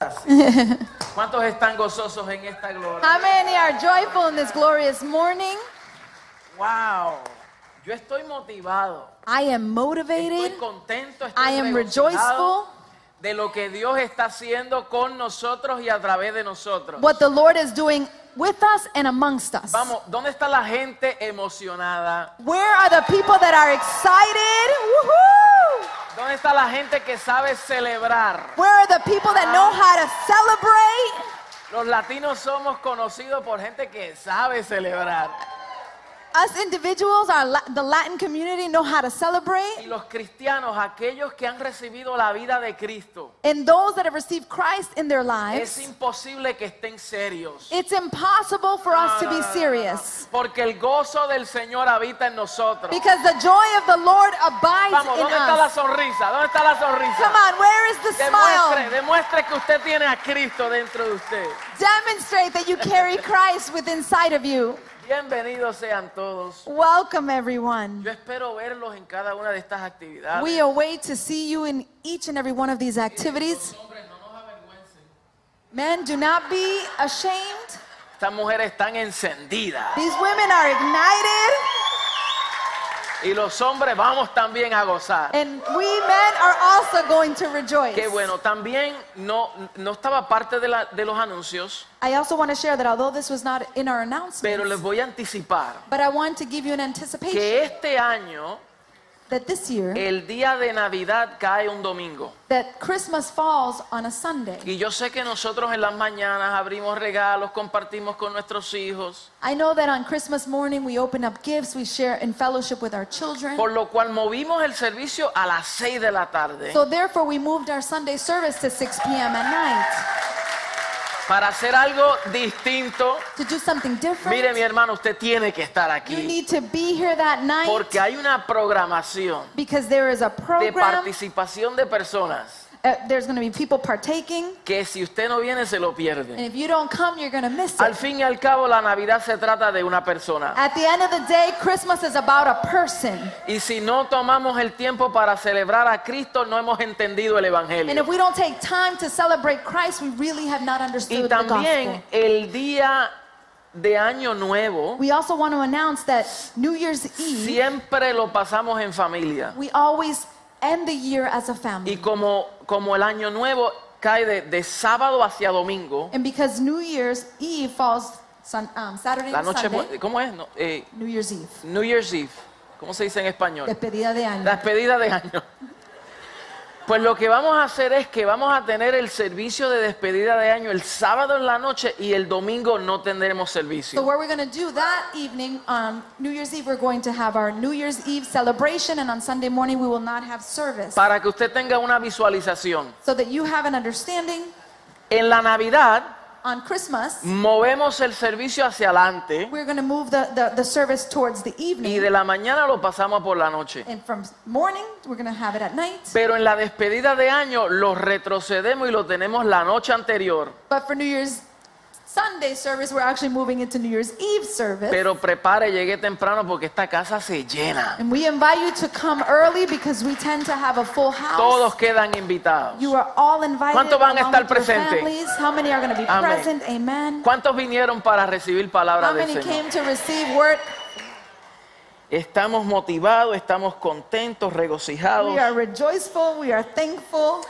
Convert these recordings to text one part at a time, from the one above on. ¿Cuántos están gozosos en esta gloria? How many are joyful in this glorious morning? Wow. Yo estoy motivado. I Estoy am motivated. contento, estoy I am rejoiceful rejoiceful. de lo que Dios está haciendo con nosotros y a través de nosotros. What the Lord is doing with us and amongst us. Vamos, ¿dónde está la gente emocionada? Where are the people that are excited? Woohoo! ¿Dónde está la gente que sabe celebrar? Where are the people that know how to celebrate? Los latinos somos conocidos por gente que sabe celebrar. Us individuals, our La- the Latin community know how to Y celebrate. los cristianos, aquellos que han recibido la vida de Cristo, And those that have received Christ in their es lives, imposible que estén serios. it's impossible for us to Ah. be serious. Porque el gozo del Señor habita en nosotros. Because the joy of the Lord abides Vamos, in ¿dónde está la us. sonrisa? ¿Dónde está la sonrisa? Come on, where is the Demuestre, smile? demuestre que usted tiene a Cristo dentro de usted. Demonstrate that you carry Christ with inside of you. Bienvenidos sean todos. Welcome, everyone. Yo espero verlos en cada una de estas We actividades. await to see you in each and every one of these activities. Hombres, no nos avergüencen. Men, do not be ashamed. Estas mujeres están encendidas. These women are ignited, Y los hombres vamos también a gozar. and we men are also going to rejoice. Qué bueno, también no, no estaba parte de, la- de los anuncios, I also want to share that although this was not in our pero les announcement, voy a anticipar but I want to give you an anticipation que este año, that this year, el día de Navidad cae un domingo. that Christmas falls on a Sunday. Y yo sé que nosotros en las mañanas abrimos regalos, compartimos con nuestros hijos, I know that on Christmas morning we open up gifts, we share in fellowship with our children. por lo cual movimos el servicio a las 6 de la tarde So therefore we moved our Sunday service to 6 p.m. at night para hacer algo distinto. to do something Mire mi different. hermano, usted tiene que estar You aquí need to be here that night porque hay una programación because there is a de program. participación de personas Uh, there's going to be people partaking. que si usted no viene se lo pierde. And if you don't come, you're going to miss Al it. fin y al cabo la Navidad se trata de una persona. At the end of the day, Christmas is about a person. Y si no tomamos el tiempo para celebrar a Cristo, no hemos entendido el Evangelio. And if we don't take time to celebrate Christ, we really have not Y understood the gospel. también el día de Año Nuevo We also want to announce that New Year's Eve, siempre lo pasamos en familia. we always end the year as a Y family. como, como el Año Nuevo cae de, de sábado hacia domingo, And because New Year's Eve falls sun, um, Saturday la and noche, Sunday, mu- ¿cómo es? No, eh, New Year's Eve, New Year's Eve, ¿cómo se dice en español? despedida de La año. despedida de año. Pues lo que vamos a hacer es que vamos a tener el servicio de despedida de año el sábado en la noche y el domingo no tendremos So servicio. what we're going to do that evening, um, New Year's Eve, we're going to have our New Year's Eve celebration, and on Sunday morning we will not have service. Para que usted tenga una visualización. So that you have an understanding, En la Navidad on Christmas, movemos el servicio hacia adelante we're going to move the, the, the service towards the y evening. de la mañana lo pasamos por la noche. And from morning, we're going to have it at night. Pero en la despedida de año lo retrocedemos y lo tenemos la noche anterior. But for New Year's Sunday service, we're actually moving into New Year's Eve service. Pero prepare, llegue temprano porque esta casa se llena. And we invite you to come early because we tend to have a full Todos house. quedan invitados. You are all invited. ¿Cuántos van a along estar with your presentes? families. How many are going to be Amén. present? Amen. ¿Cuántos vinieron para recibir palabra How del many Señor? came to receive word? Estamos motivados, estamos contentos, regocijados. We are rejoiceful. We are thankful.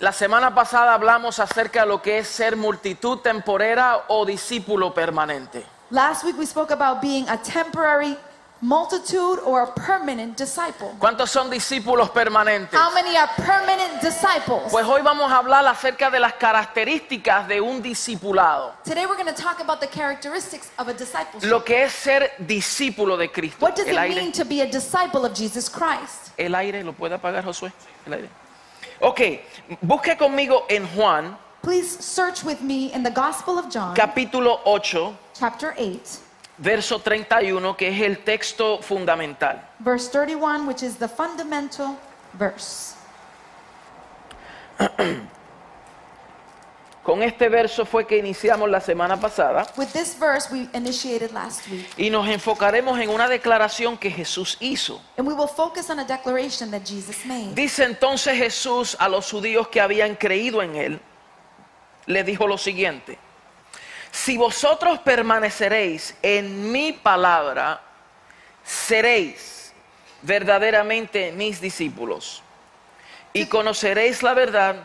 La semana pasada hablamos acerca de lo que es ser multitud temporera o discípulo permanente. Last week we spoke about being a temporary multitude or a permanent disciple. ¿Cuántos son discípulos permanentes? How many are permanent disciples? Pues hoy vamos a hablar acerca de las características de un discipulado. Today we're going to talk about the characteristics of a discipleship. Lo que es ser discípulo de Cristo. What does el it aire, mean to be a disciple of Jesus Christ? el aire, ¿lo puede apagar Josué? El aire. Ok, busque conmigo en Juan, Please search with me in the Gospel of John, capítulo 8, chapter 8, verso 31, que es el texto fundamental. verse 31, which is the fundamental verse. Con este verso fue que iniciamos la semana pasada With this verse we initiated last week, y nos enfocaremos en una declaración que Jesús hizo. and we will focus on a declaration that Jesus made. Dice entonces Jesús a los judíos que habían creído en él. les dijo lo siguiente, si vosotros permaneceréis en mi palabra, seréis verdaderamente mis discípulos y conoceréis la verdad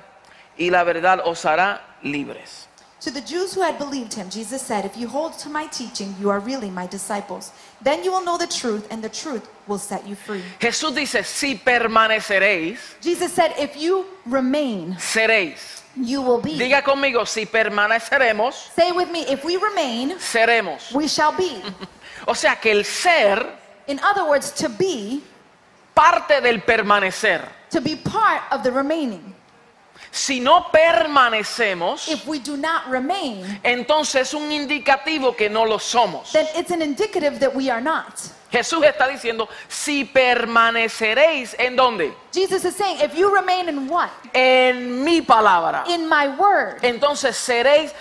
y la verdad os hará libres. To the Jews who had believed him, Jesus said, If you hold to my teaching, you are really my disciples. Then you will know the truth, and the truth will set you free. Jesús dice, si permaneceréis, Jesus said, If you remain, seréis. you will be. Diga conmigo, si permaneceremos, Say with me, if we remain, seremos. we shall be. O sea que el ser In other words, to be, parte del permanecer. to be part of the remaining. Si no permanecemos, If we do not remain, entonces es un indicativo que no lo somos. then it's an indicative that we are not. Jesús está diciendo, si permaneceréis en dónde? Jesus is saying, if you remain in what? En mi palabra. In my word, Entonces seréis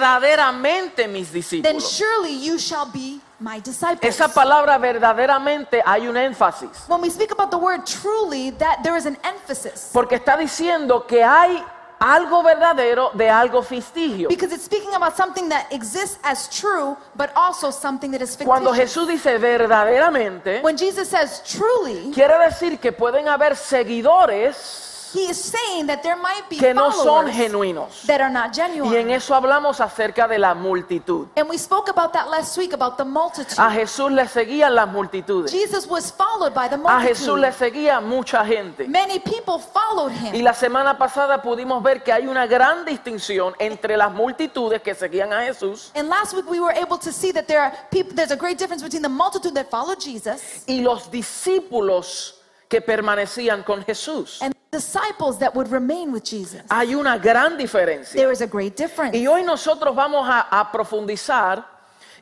verdaderamente mis then discípulos. surely you shall be my disciples. Esa palabra verdaderamente hay un énfasis, When we speak about the word truly, that there is an emphasis porque está diciendo que hay algo verdadero de algo ficticio. because it's speaking about something that exists as true, but also something that is Cuando fictitious. Jesús dice verdaderamente, When Jesus says truly, quiere decir que pueden haber seguidores he is saying that there might be que no son followers genuinos. that are not Y en genuine. eso hablamos acerca de la multitud. And we spoke about that last week about the A multitude. Jesús le seguían las multitudes. Jesus was followed by the A Jesús le multitude. seguía mucha gente. Many people followed Y him. la semana pasada pudimos ver que hay una gran distinción entre las multitudes que seguían a Jesús And last week we were able to see that there are people there's a great difference between the multitude that followed Jesus y los discípulos que permanecían con Jesús. and disciples that would remain with Jesus. Hay una gran diferencia. There is a great difference. Y hoy nosotros vamos a, a profundizar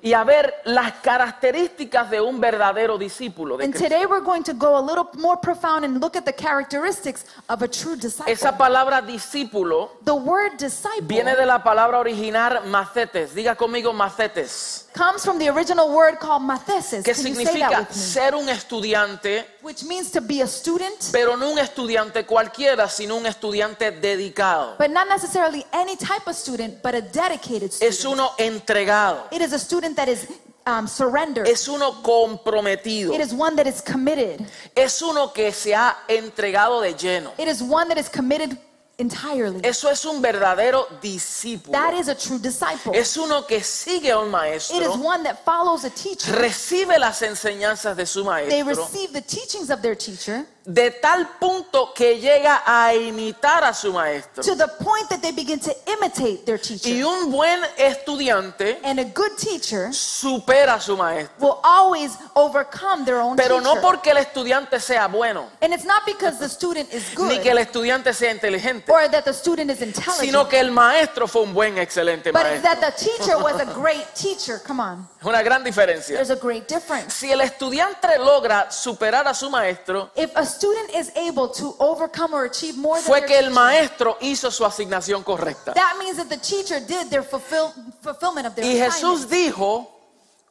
y a ver las características de un verdadero discípulo. de And Cristo. today we're going to go a little more profound and look at the characteristics of a true disciple. Esa palabra discípulo the word disciple viene de la palabra original macetes. Diga conmigo macetes. comes from the original word called mathesis. que Can you say that significa with me? ser un estudiante, Which means to be a student, pero no un estudiante cualquiera, sino un estudiante dedicado. but not necessarily any type of student, but a dedicated student. Es uno entregado, it is a student that is um, surrendered. es uno comprometido, it is one that is committed. es uno que se ha entregado de lleno. It is one that is committed entirely. Eso es un verdadero discípulo. that is a true disciple. Es uno que sigue a un it is maestro, one that follows a teacher. recibe las enseñanzas de su they maestro, receive the teachings of their teacher. de tal punto que llega a imitar a su maestro. to the point that they begin to imitate their teacher. Y un buen estudiante and a good teacher supera a su maestro. will always overcome their own Pero teacher. no porque el estudiante sea bueno, and it's not because the student is ni good que el estudiante sea inteligente, or that the student is intelligent, sino que el maestro fue un buen, excelente but it's maestro. that the teacher was a great teacher. Come on, Es una gran diferencia. there's a great difference. Si el estudiante logra superar a su maestro, If a student is able to overcome or achieve more than fue their que el teacher, maestro hizo su asignación correcta. that means that the teacher did their fulfill, fulfillment of their Y assignment. Jesús dijo,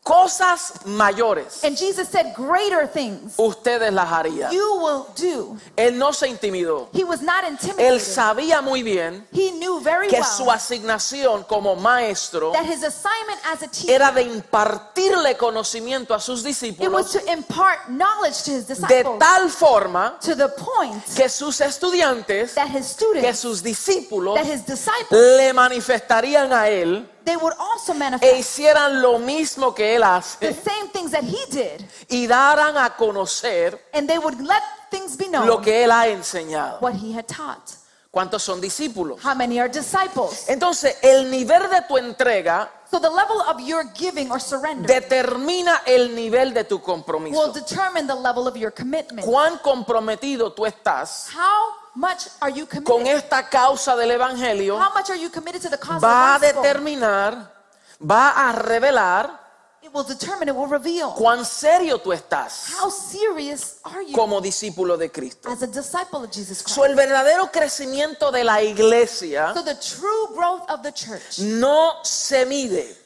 cosas mayores And Jesus said, "Greater things ustedes las harían. you will do." Él no se intimidó. He was not intimidated. Él sabía muy bien he knew very que well su asignación como maestro that his assignment as a teacher era de impartirle conocimiento a sus it discípulos was to impart knowledge to his de disciples tal forma to the point que sus estudiantes, that his que students, sus discípulos that his disciples, le manifestarían a él they would also e manifest hicieran lo mismo que él the hace same things that he did, y daran a conocer and they would let things be lo known que él ha enseñado. what he had taught. ¿Cuántos son discípulos? How many are disciples? Entonces, el nivel de tu entrega So the level of your giving or surrender determina el nivel de tu will compromiso. determine the level of your commitment. Cuán comprometido tú estás How much are you con committed? esta causa del Evangelio How much are you committed to the cause va a of the gospel? determinar, va a revelar It will determine, it will reveal cuán serio tú estás how serious are you como discípulo de Cristo. as a disciple of Jesus Christ. So, el verdadero crecimiento de la iglesia So the true growth of the church no se mide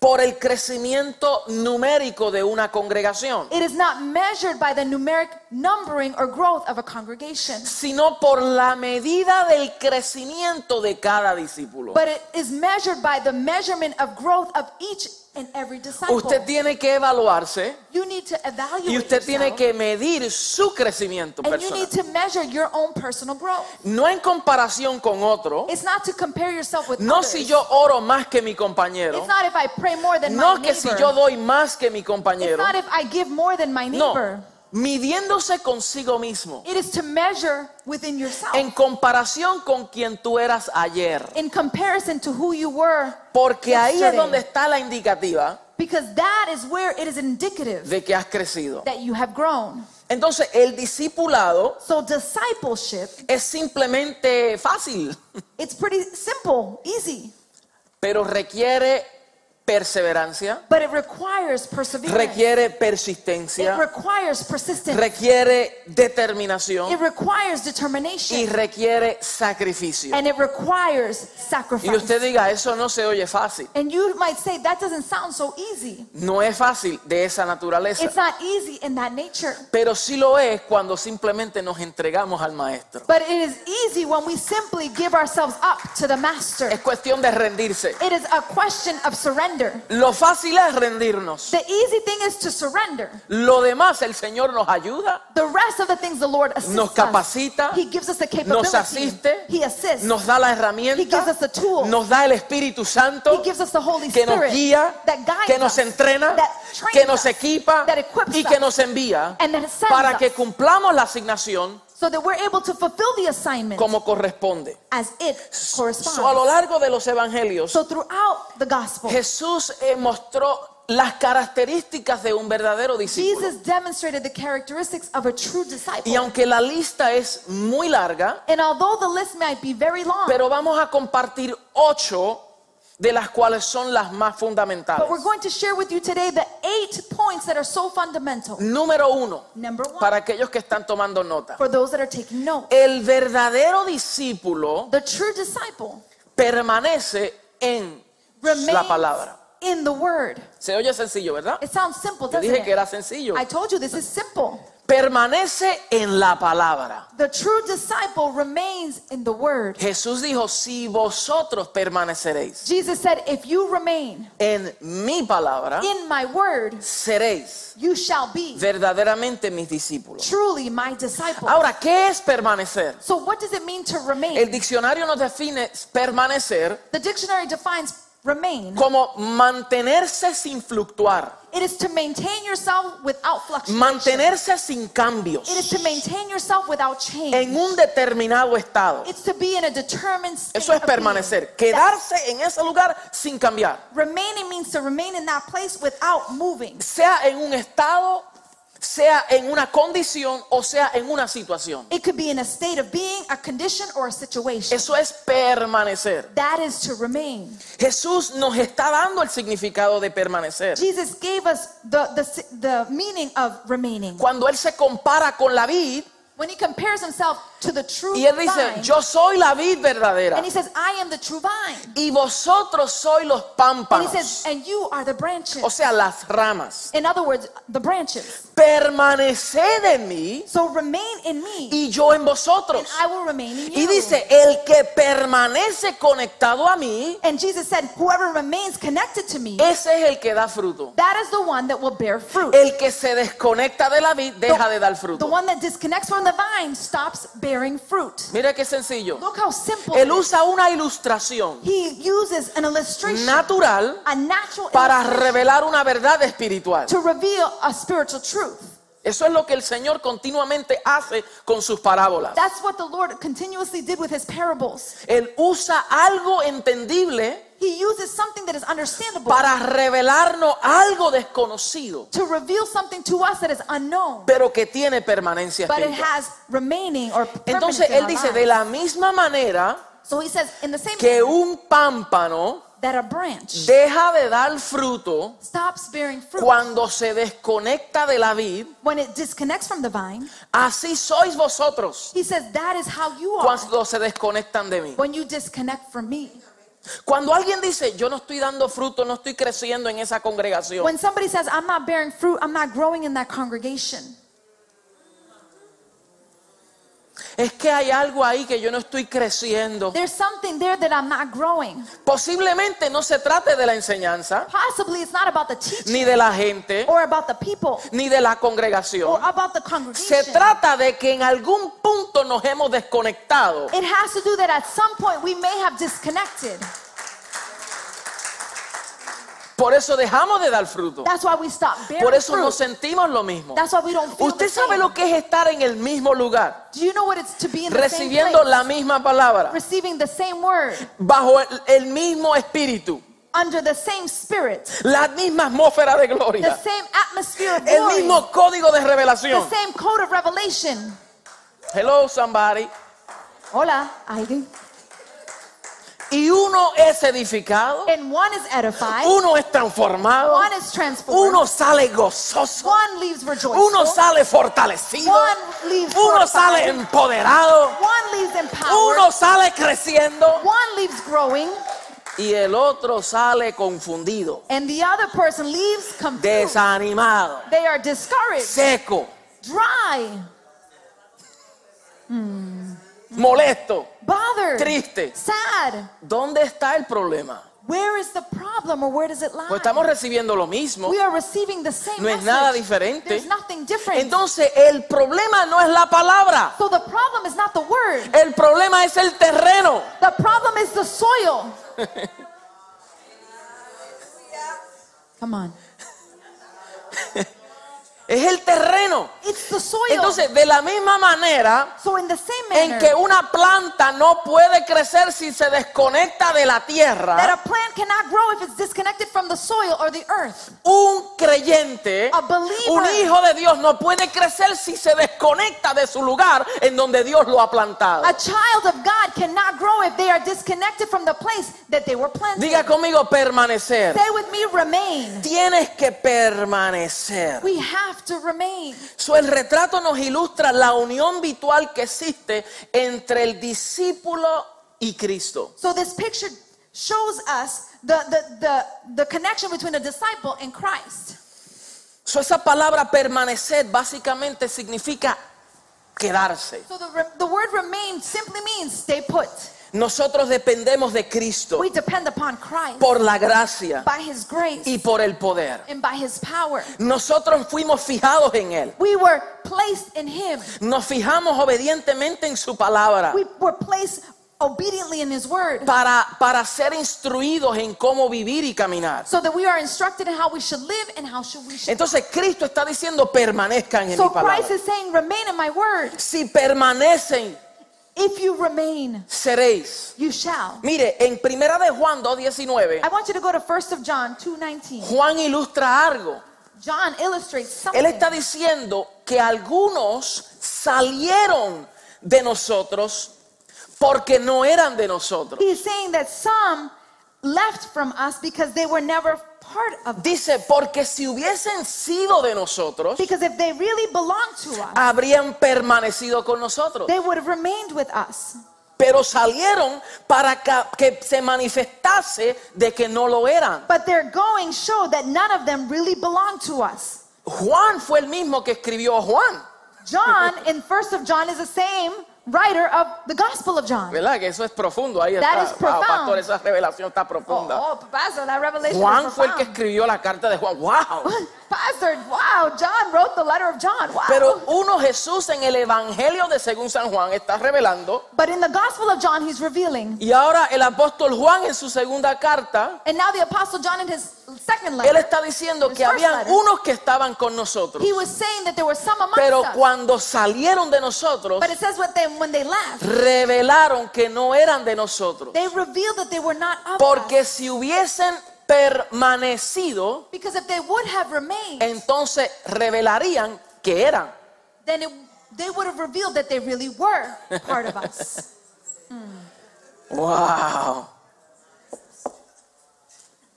por el crecimiento numérico de una congregación, It is not measured by the numeric numbering or growth of a congregation, sino por la medida del crecimiento de cada discípulo. but it is measured by the measurement of growth of each and every disciple. Usted tiene que evaluarse You need to evaluate y usted tiene yourself, que medir su crecimiento and you personal. need to measure your own personal growth. No en comparación con otro, It's not to compare yourself with no others. si yo oro más que mi compañero, It's not if I pray more than no my que si neighbor. yo doy más que mi It's compañero, not if I give more than my no, neighbor. midiéndose consigo mismo It is to measure within yourself en comparación con quien tú eras ayer, in comparison to who you were, porque ahí es Yesterday. donde está la indicativa because that is where it is indicative de que has crecido. that you have grown. Entonces, el discipulado So discipleship, es simplemente fácil, it's pretty simple, easy, pero requiere perseverancia, but it requires perseverance. requiere It persistencia, requires persistence. requiere determinación It requires y determination. requiere sacrificio. And it requires Y sacrifice. usted diga, eso no se oye fácil. And you might say that doesn't sound so easy. No es fácil de esa naturaleza, It's not easy in that nature. pero sí lo es cuando simplemente nos entregamos al maestro. But it is easy when we simply give ourselves up to the master. Es cuestión de rendirse. It is a question of surrender. Lo fácil es rendirnos. The easy thing is to surrender. Lo demás el Señor nos ayuda, The rest of the things the Lord assists Nos capacita, us. He gives us the capability. nos asiste, he assists. nos da la he gives herramienta, us the tools. nos da el Espíritu he Santo gives us the Holy que nos Spirit guía, that guides que nos us, entrena, that trains que nos us, equipa that equips y que us, nos envía and that sends para que us cumplamos la asignación so that we're able to fulfill the assignment como corresponde. as it corresponds. So, a lo largo de los evangelios, so throughout the gospel, Jesús eh, mostró las características de un verdadero discípulo. Jesus demonstrated the characteristics of a true disciple. Y aunque la lista es muy larga, and although the list might be very long, pero vamos a compartir ocho de las cuales son las más fundamentales. But we're going to share with you today the eight points that are so fundamental. Número uno, Number one, para aquellos que están tomando nota. for those that are taking note, El verdadero discípulo the true disciple permanece en la remains palabra. in the word. Se oye sencillo, ¿verdad? It sounds simple, Yo doesn't dije que era it? sencillo. I told you this is simple. Permanece en la palabra. The true disciple remains in the word. Jesús dijo, si vosotros permaneceréis Jesus said, If you remain en mi palabra, in my word, seréis you shall be verdaderamente mis discípulos. truly my disciple. Ahora, ¿qué es permanecer? So, what does it mean to Ah. El remain? diccionario nos define permanecer The dictionary defines remain como mantenerse sin fluctuar, it is to maintain yourself without fluctuation. mantenerse sin cambios, It is to maintain yourself without change. en un determinado estado. It's to be in a determined state. Eso es of being. permanecer, That's- quedarse en ese lugar sin cambiar, remaining means to remain in that place without moving, sea en un estado, sea en una condición o sea en una situación. it could be in a state of being, a condition, or a situation. Eso es permanecer. That is to remain. Jesús nos está dando el significado de permanecer. Jesus gave us the, the, si- the meaning of remaining. Cuando Él se compara con la vid When he compares himself to the true y Él dice, vine, yo soy la vid verdadera and he says, I am the true vine. y vosotros sois los And he pámpanos, says, and you are the branches. o sea, las ramas. In other words, the branches. Permaneced en mí So remain in me, y yo en and vosotros. I will remain in Y you. dice, el que permanece conectado a mí, And Jesus said, Whoever remains connected to me, ese es el que da fruto. that is the one that will bear fruit. El que se desconecta de la vid deja de dar The fruto. one that disconnects from the vine stops bearing fruit. Mira qué sencillo. Look how simple. Él it is. usa una ilustración He uses an illustration, natural a natural para illustration revelar una verdad espiritual. to reveal a spiritual truth. Eso es lo que el Señor continuamente hace con sus parábolas. That's what the Lord continuously did with his parables. Él usa algo entendible He uses something that is understandable para revelarnos algo desconocido, to reveal something to us that is unknown, pero que tiene permanencia but it espiritual. has remaining or permanence Entonces in Él our dice, de lives. la misma manera So he says, in the same que manner un pámpano that a branch deja de dar fruto stops bearing fruit cuando se desconecta de la vid, when it disconnects from the vine, así sois vosotros he says that is how you are cuando se desconectan de mí. when you disconnect from me. Cuando alguien dice, yo no estoy dando fruto, no estoy creciendo en esa congregación, When somebody says, I'm not bearing fruit, I'm not growing in that congregation, es que hay algo ahí que yo no estoy creciendo. there's something there that I'm not growing. Posiblemente no se trate de la enseñanza, Possibly it's not about the teaching ni de la gente, or about the people ni de la or congregación. about the Se congregation. trata de que en algún punto nos hemos desconectado. It has to do that at some point we may have disconnected. Por eso dejamos de dar fruto. That's why we stop bearing Por eso nos fruit. sentimos lo mismo. That's why we don't feel Usted the same. sabe lo que es estar en el mismo lugar, Do you know what it's to be in the same recibiendo place? la misma palabra, Receiving the same word bajo el, el mismo espíritu, under the same spirit, la misma atmósfera de the gloria, same atmosphere of el glory, mismo código de the revelación. same code of revelation. Hello, somebody. Hola, Aiden. Y uno es edificado, And one is edified, uno es transformado, one is transformed, uno sale gozoso, one leaves rejoiceful, uno sale fortalecido, One leaves uno fortified. sale empoderado, one leaves empowered, uno sale creciendo one leaves growing, y el otro sale confundido, and the other person leaves confused. desanimado, They are discouraged, seco, dry, molesto, bothered, triste. sad. ¿Dónde está el problema? Where is the problem or where does it lie? Pues estamos recibiendo lo mismo. We are receiving the same No es message. nada diferente. There's nothing different. Entonces el problema no es la palabra, so the problem is not the word. el problema es el terreno. The problem is the soil. Come on. Es el terreno. It's the soil. Entonces, de la misma manera so in the same manner en que una planta no puede crecer si se desconecta de la tierra, that a plant cannot grow if it's disconnected from the soil or the earth. un creyente, A believer. un hijo de Dios no puede crecer si se desconecta de su lugar en donde Dios lo ha plantado. A child of God cannot grow if they are disconnected from the place that they were planted. Diga conmigo permanecer. Say with me, remain. Tienes que permanecer. We have to remain. So, el retrato nos ilustra la unión virtual que existe entre el discípulo y Cristo. So this picture shows us the, the, the, the connection between a disciple and Christ. So, esa palabra permanecer básicamente significa quedarse. So the, re- the word remain simply means stay put. Nosotros dependemos de Cristo We depend upon Christ por la gracia by his grace y por el poder. and by his power. Nosotros fuimos fijados en Él. We were placed in him. Nos fijamos obedientemente en su palabra We were placed obediently in his word para, para ser instruidos en cómo vivir y caminar. so that we are instructed in how we should live and how should we should. Entonces Cristo está diciendo permanezcan en So mi palabra. Christ is saying, remain in my word. Si permanecen, If you remain, seréis. you shall. Mire, en primera de Juan 2:19, I want you to go to 1st of John 2:19. Juan ilustra algo. John illustrates Él something. está diciendo que algunos salieron de nosotros porque no eran de nosotros. He's saying that some left from us because they were never part of us. Dice, porque si hubiesen sido de nosotros, Because if they really belonged to us, habrían permanecido con nosotros. they would have remained with us. Pero salieron para ca- que se manifestase de que no lo eran. But their going showed that none of them really belonged to us. Juan fue el mismo que escribió Juan. John in 1st of John is the same writer of the Gospel of John. ¿Verdad? Que eso es profundo. Ahí That está. is profound. Wow, pastor, esa revelación está profunda. Oh, oh, Pastor, that revelation Juan is fue el que profound. escribió la carta de Juan. ¡Wow! Pastor, wow, John wrote the letter of John. Wow. Pero uno Jesús en el Evangelio de según San Juan está revelando. but in the Gospel of John, he's revealing. Y ahora el apóstol Juan en su segunda carta, And now the Apostle John in his second él letter, está diciendo His que first habían letter. unos que estaban con nosotros. he was saying that there were some amongst Pero us. cuando salieron de nosotros, But it says what they, when they left, revelaron que no eran de nosotros. they revealed that they were not of us. Porque si hubiesen permanecido, Because if they would have remained, entonces revelarían que eran. then it, they would have revealed that they really were part of us. Wow.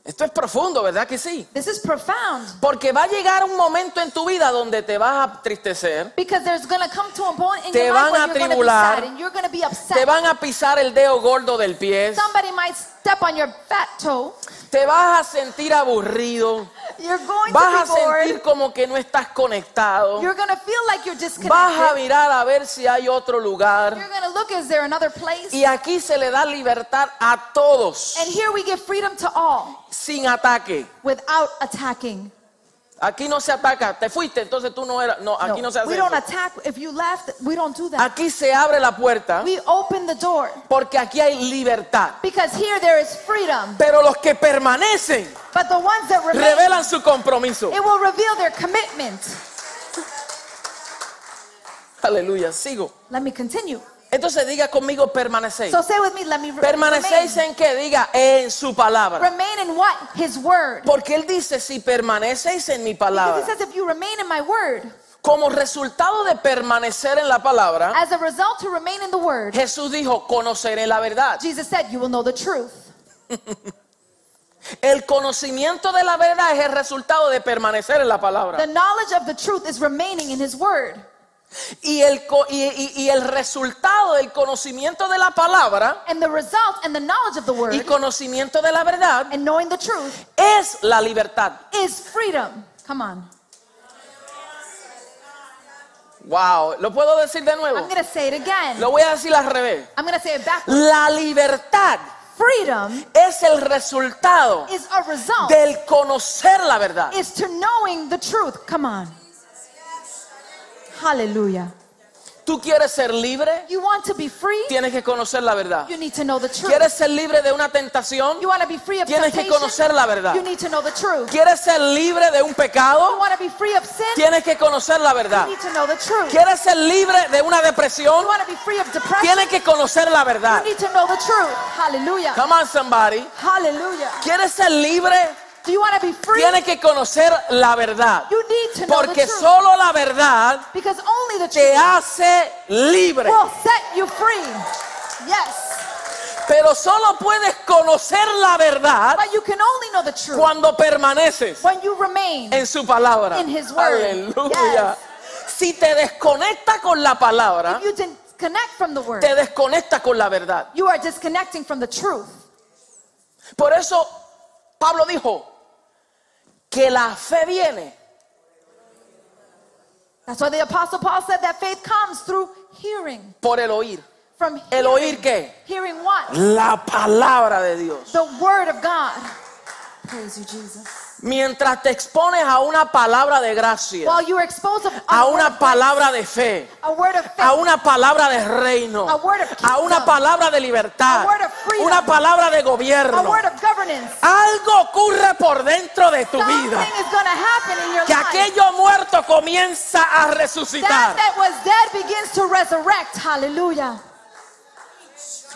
Esto es profundo, ¿verdad que sí? This is profound Porque va a llegar un momento en tu vida donde te vas a entristecer, because there's going to come to a point in Te your van life where a you're going to be tribular. sad and you're going to be te upset. van a pisar el dedo gordo del pie, Somebody might step on your fat toe. te vas a sentir aburrido, You're going vas to a be bored. sentir como que no estás conectado, You're going to feel like you're vas a disconnected. mirar a ver si hay otro lugar. You're going to look, is there another place? Y aquí se le da libertad a todos, And here we give freedom to all sin ataque. without attacking. Aquí no se ataca, te fuiste, entonces tú no eras. No, aquí no, se hace. we don't eso. attack. If you left, we don't do that. Aquí se abre la puerta We open the door porque aquí hay libertad. because here there is freedom. Pero los que permanecen But the ones that remain, revelan su compromiso. it will reveal their commitment. Aleluya, sigo. Let me continue. Entonces diga conmigo permanecéis. So say with me, let me re- Permanecéis en que diga en su palabra. remain. Remain in what? His word. Porque él dice si permanecéis en mi Because he palabra. says, if you remain in my word, Como resultado de permanecer en la palabra, as a result to remain in the word, Jesús dijo, conoceré la verdad. Jesus said, you will know the truth. El conocimiento de la verdad es el resultado de permanecer en la palabra. The knowledge of the truth is remaining in his word. Y el, co- y, y- y el resultado del conocimiento de la palabra And the result and the knowledge of the y word conocimiento de la verdad and knowing the truth es la libertad. is freedom. Come on. Wow, lo puedo decir de I'm nuevo. going to say it again. Lo voy a decir al revés. I'm going to say it backwards. La libertad Freedom es el resultado is a result, del conocer la verdad. is to knowing the truth. Come on. Hallelujah. Tú quieres ser libre, You want to be free? tienes que conocer la verdad. You need to know the truth. Quieres ser libre de una tentación, You want to be free of tienes que temptation? conocer la verdad. You need to know the truth. Quieres ser libre de un You pecado, want to be free of sin? You tienes que conocer la verdad. need to know the truth. Quieres ser libre de una You depresión, want to be free of depression? tienes que conocer la verdad. You need to know the truth. Hallelujah. Come on, somebody. Hallelujah. Quieres ser libre, Do you want to be free? tienes que conocer la verdad. You need to know the Porque truth. solo la verdad because only the te truth hace libre. will set you free. Yes. Pero solo puedes conocer la verdad But you can only know the truth cuando permaneces when you remain en su palabra. In his word. Aleluya. Si te desconectas con la palabra, You disconnect from the word. te desconectas con la verdad. You are disconnecting from the truth. Por eso Pablo dijo que la fe viene That's why the apostle Paul said that faith comes through hearing. por el oír. From El hearing. oír qué? Hearing what? La palabra de Dios. The word of God. Praise you, Jesus. Mientras te expones a una palabra de gracia, While you are exposed to a word una of grace, palabra de fe, a word of faith, a una palabra de reino, A word of kingdom. a una palabra de libertad, A word of freedom. una palabra de a gobierno. word of governance. Algo ocurre por dentro de tu Something vida, is going to happen in your que life. aquello muerto comienza a That resucitar that was dead begins to resurrect. Hallelujah.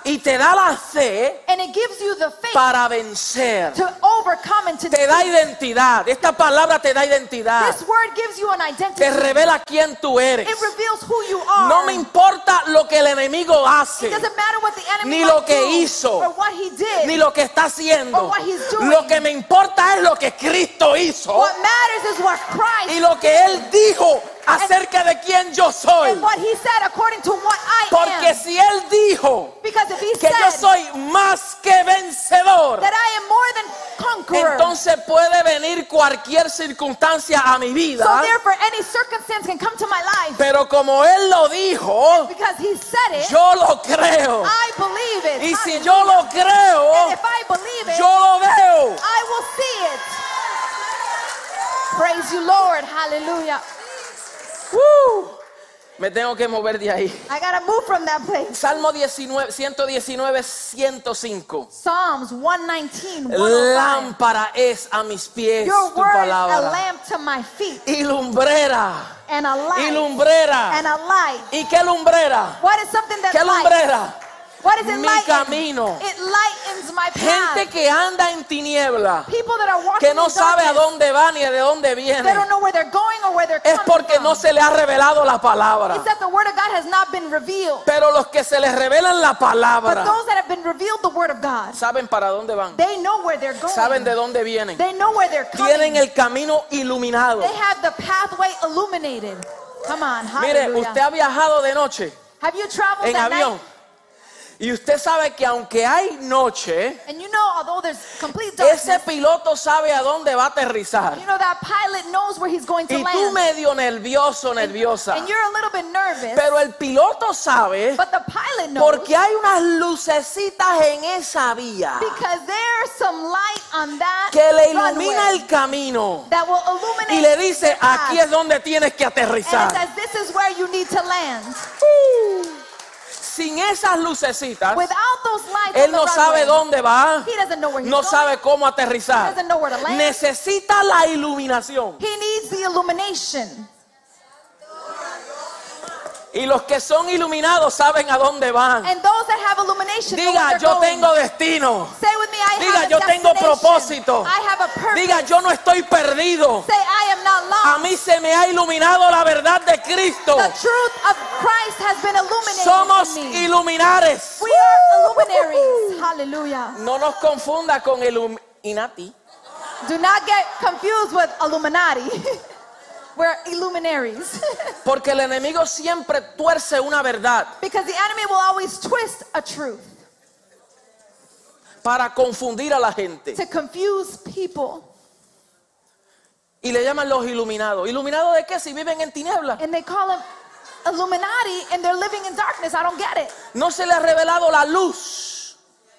y te da la fe And it gives you the faith para vencer. to overcome and to Te da defeat. identidad, esta palabra te da identidad, This word gives you an identity. te revela quién tú eres. It reveals who you are. No me importa lo que el enemigo It hace, doesn't matter what the enemy Ni might lo que do, hizo. or what he did. ni lo que está Or haciendo. what he's doing. Lo que me importa es lo que Cristo hizo. what matters is what y Christ lo que él dijo acerca de quién yo soy. and what he said according to what I Porque am. si él dijo Because if he que said yo soy más que vencedor, that I am more than conqueror, entonces puede venir cualquier circunstancia a mi so vida. therefore any circumstance can come to my life. ¿ah? Pero como él lo dijo, Because he said it, yo lo creo. I believe it. Y si Hallelujah. yo lo and creo, if I believe it, yo lo veo. I will see it. Praise you, Lord. Hallelujah. ¡Uh! Me tengo que mover de ahí. I gotta move from that place. Salmo 19, 119, 105. Psalms 119. 105. Lámpara es a mis pies Your tu word is a palabra. lamp to my feet Y lumbrera. and a Y light lumbrera. and a light. ¿Y qué lumbrera? What is something that ¿Qué lights? lumbrera? What is it Mi lightens? camino. It lightens my Gente path. que anda en tiniebla, People that are walking que no in sabe a darkness, dónde va ni de dónde they viene, don't know where they're going or where they're es coming porque from. no se le ha revelado la palabra. It's that the word of God has not been revealed. Pero los que se les revelan la But palabra, those that have been revealed the word of God, saben para dónde van, they know where they're going. saben de dónde vienen, They know where they're coming. tienen el camino iluminado. They have the pathway illuminated. Come on, Mire, hallelujah. usted ha viajado de noche have you traveled en that avión night? y usted sabe que aunque hay noche, And you know, although there's complete darkness, ese piloto sabe a dónde va a aterrizar. you know that pilot knows where he's going to Y tú land. medio nervioso, nerviosa. And you're a little bit nervous. Pero el piloto sabe but the pilot knows porque hay unas lucecitas en esa vía because there's some light on that que le runway ilumina el camino that will y illuminate le dice, the path. aquí es donde tienes que And it aterrizar. says, this is where you need to land. Sin esas lucecitas, Without those lights on él the no sabe runway, dónde va, he doesn't know where he's no going. sabe cómo He aterrizar. doesn't know where to land. Necesita la iluminación. He needs the illumination. Y los que son iluminados saben a dónde van. And those that have illumination know Diga, where they're yo going. tengo destino. Say with me, I Diga, have a yo tengo destination. propósito. I have a purpose. Diga, yo no estoy perdido. Say, I am not A lost. mí se me ha iluminado la verdad de Cristo. The truth of Christ has been illuminated Somos in me. iluminares. We are illuminaries. Hallelujah. No nos confunda con Illuminati. Do not get confused with Illuminati. We're illuminaries. Porque el enemigo siempre tuerce una verdad because the enemy will always twist a truth para confundir a la gente. to confuse people. Y le llaman los iluminados. ¿Iluminados de qué? Si viven en tinieblas. And they call them Illuminati and they're living in darkness. I don't get it. No se le ha revelado la luz.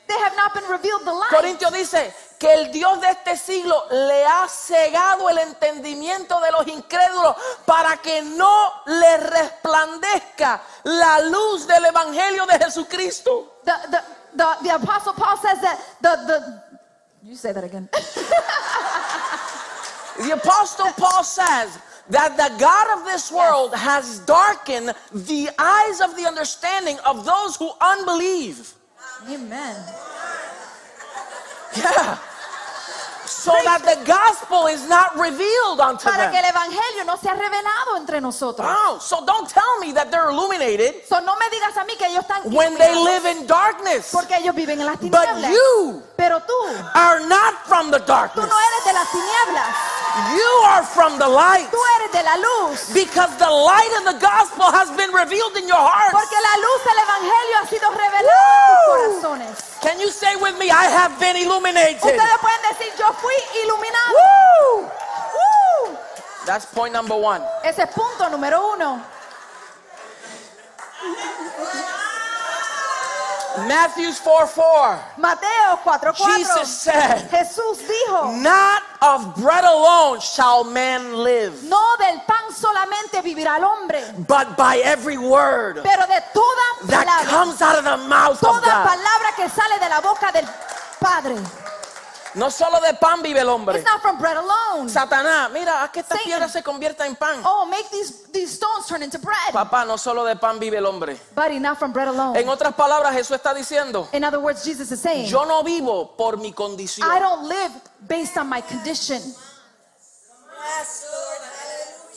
They have not been revealed the light. Corintio dice que el Dios de este siglo le ha cegado el entendimiento de los incrédulos para que no le resplandezca la luz del Evangelio de Jesucristo. The, the, the, the apostle Paul says that the, the you say that again. The apostle Paul says that the God of this world has darkened the eyes of the understanding of those who unbelieve. Amen. Yeah. So that the gospel is not revealed unto Para que them. el evangelio no sea revelado entre nosotros. Oh, so don't tell me that they're illuminated So no me digas a mí que ellos están when they iluminados live in darkness. porque ellos viven en las But tinieblas. you Pero tú, are not from the tú darkness. no eres de las tinieblas, You are from the light. tú eres de la luz. Because the light of the gospel has been revealed in your heart. Porque la luz del evangelio ha sido revelada en tus corazones. Can you say with me, I have been illuminated? Ustedes pueden decir, yo fui iluminado. Woo! ¡Woo! That's point number one. Ese es punto número uno. Matthew 4 4. Mateo 4:4. Jesus said, Jesús dijo. Not of bread alone shall man live, No del pan solamente vivirá el hombre, but by every word pero de toda that palabra, comes out of the mouth of toda God. palabra que sale de la boca del Padre. No solo de pan vive el hombre. It's not from bread alone. Satanás, mira, haz que esta Satan. piedra se convierta en pan. Oh, make these, these stones turn into bread. Papá, no solo de pan vive el hombre. Buddy, not from bread En alone. otras palabras, Jesús está diciendo, In other words, Jesus is saying, yo no vivo por mi condición. I don't live based on my condition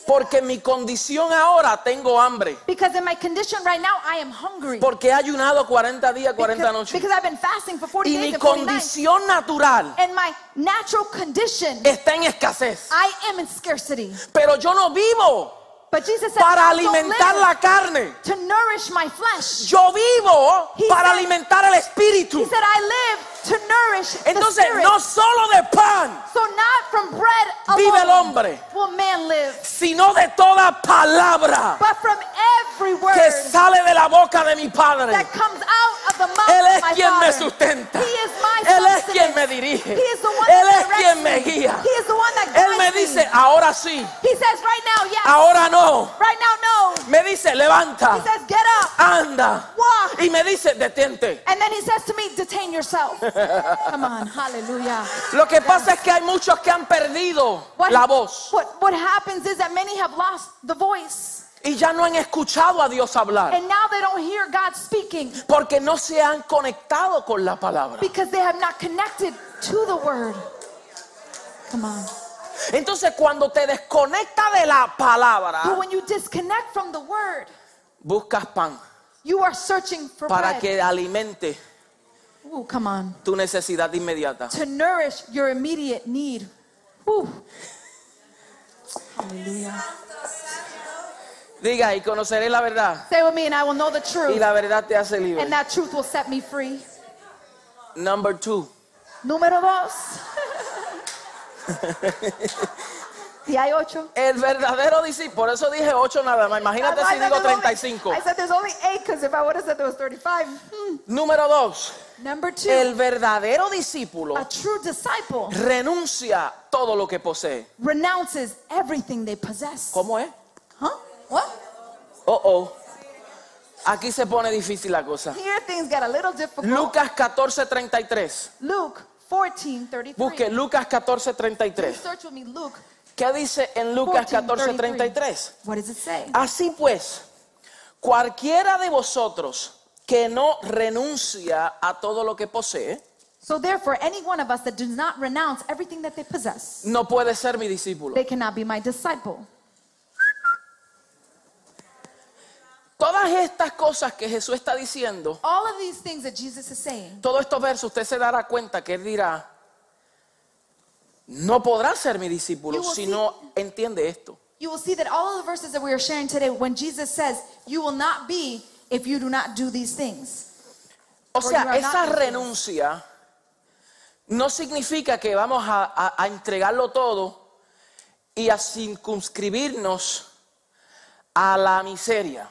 Porque en mi condición ahora tengo hambre. because in my condition right now I am hungry. Porque he ayunado 40 días, 40 Because, noches. because I've been fasting for 40 Y days mi and 40 nights. condición natural And my natural condition, está en escasez. I am in scarcity. Pero yo no vivo But Jesus said, para "I don't alimentar live la carne. to nourish my flesh. Yo vivo He para said- alimentar el He espíritu. said, I live to nourish the Entonces, spirit. no solo de pan, so not from bread alone Vive el hombre. will man live, sino de toda palabra but from every word que sale de la boca de mi that Padre. comes out of the mouth Él of es Oh my quien me Father. sustenta. He is my Él es quien sustenance. me dirige. He is the one Él that es quien me directs me. guía. He is the one that Él me guides dice, me. ahora sí, He says, right now, yes. ahora no. Right now, no. Me dice, He levanta, says, get up, anda. walk. Y me dice, detente. And then he says to me, detain yourself. Come on, hallelujah. Lo que pasa es que hay muchos que han perdido la voz. What, what happens is that many have lost the voice. Y ya no han escuchado a Dios hablar And now they don't hear God speaking porque no se han conectado con la palabra. because they have not connected to the word. Come on. Entonces cuando te desconecta de la But palabra, when you disconnect from the word, buscas pan you are searching for para bread. que alimente Ooh, come on. tu necesidad inmediata. To nourish your immediate need. Ooh. Hallelujah. Diga, y conoceré la verdad. Stay with me and I will know the Y truth. la verdad te hace libre. And that truth will set me free. Number two. Número dos. y hay ocho. El verdadero discípulo. Por eso dije 8 nada más. Imagínate si I digo said there's only- 35. I said there's only eight because if I would have said there was 35. hmm. Número 2. Number two, El verdadero discípulo a true disciple renuncia a todo lo que posee. renounces everything they possess. ¿Cómo es? Huh? What? Oh, oh. Aquí se pone difícil la cosa. Here things get a little difficult. Lucas 14:33. Luke 14, 33. Busque Lucas 14:33. Search with me Luke ¿Qué dice en Lucas 14:33? 14:33? What does it say? Así pues, cualquiera de vosotros que no renuncia a todo lo que posee, So therefore, any one of us that does not renounce everything that they possess, no puede ser mi discípulo. they cannot be my disciple. Todas estas cosas que Jesús está diciendo, All of these things that Jesus is saying, todos estos versos, usted se dará cuenta que él dirá, no podrá ser mi discípulo You will si no entiende esto. you will see that all of the verses that we are sharing today, when Jesus says, "You will not be if you do not do these things," O Or you sea, are esa not my renuncia no significa que vamos a, a- a entregarlo todo y a circunscribirnos a la miseria.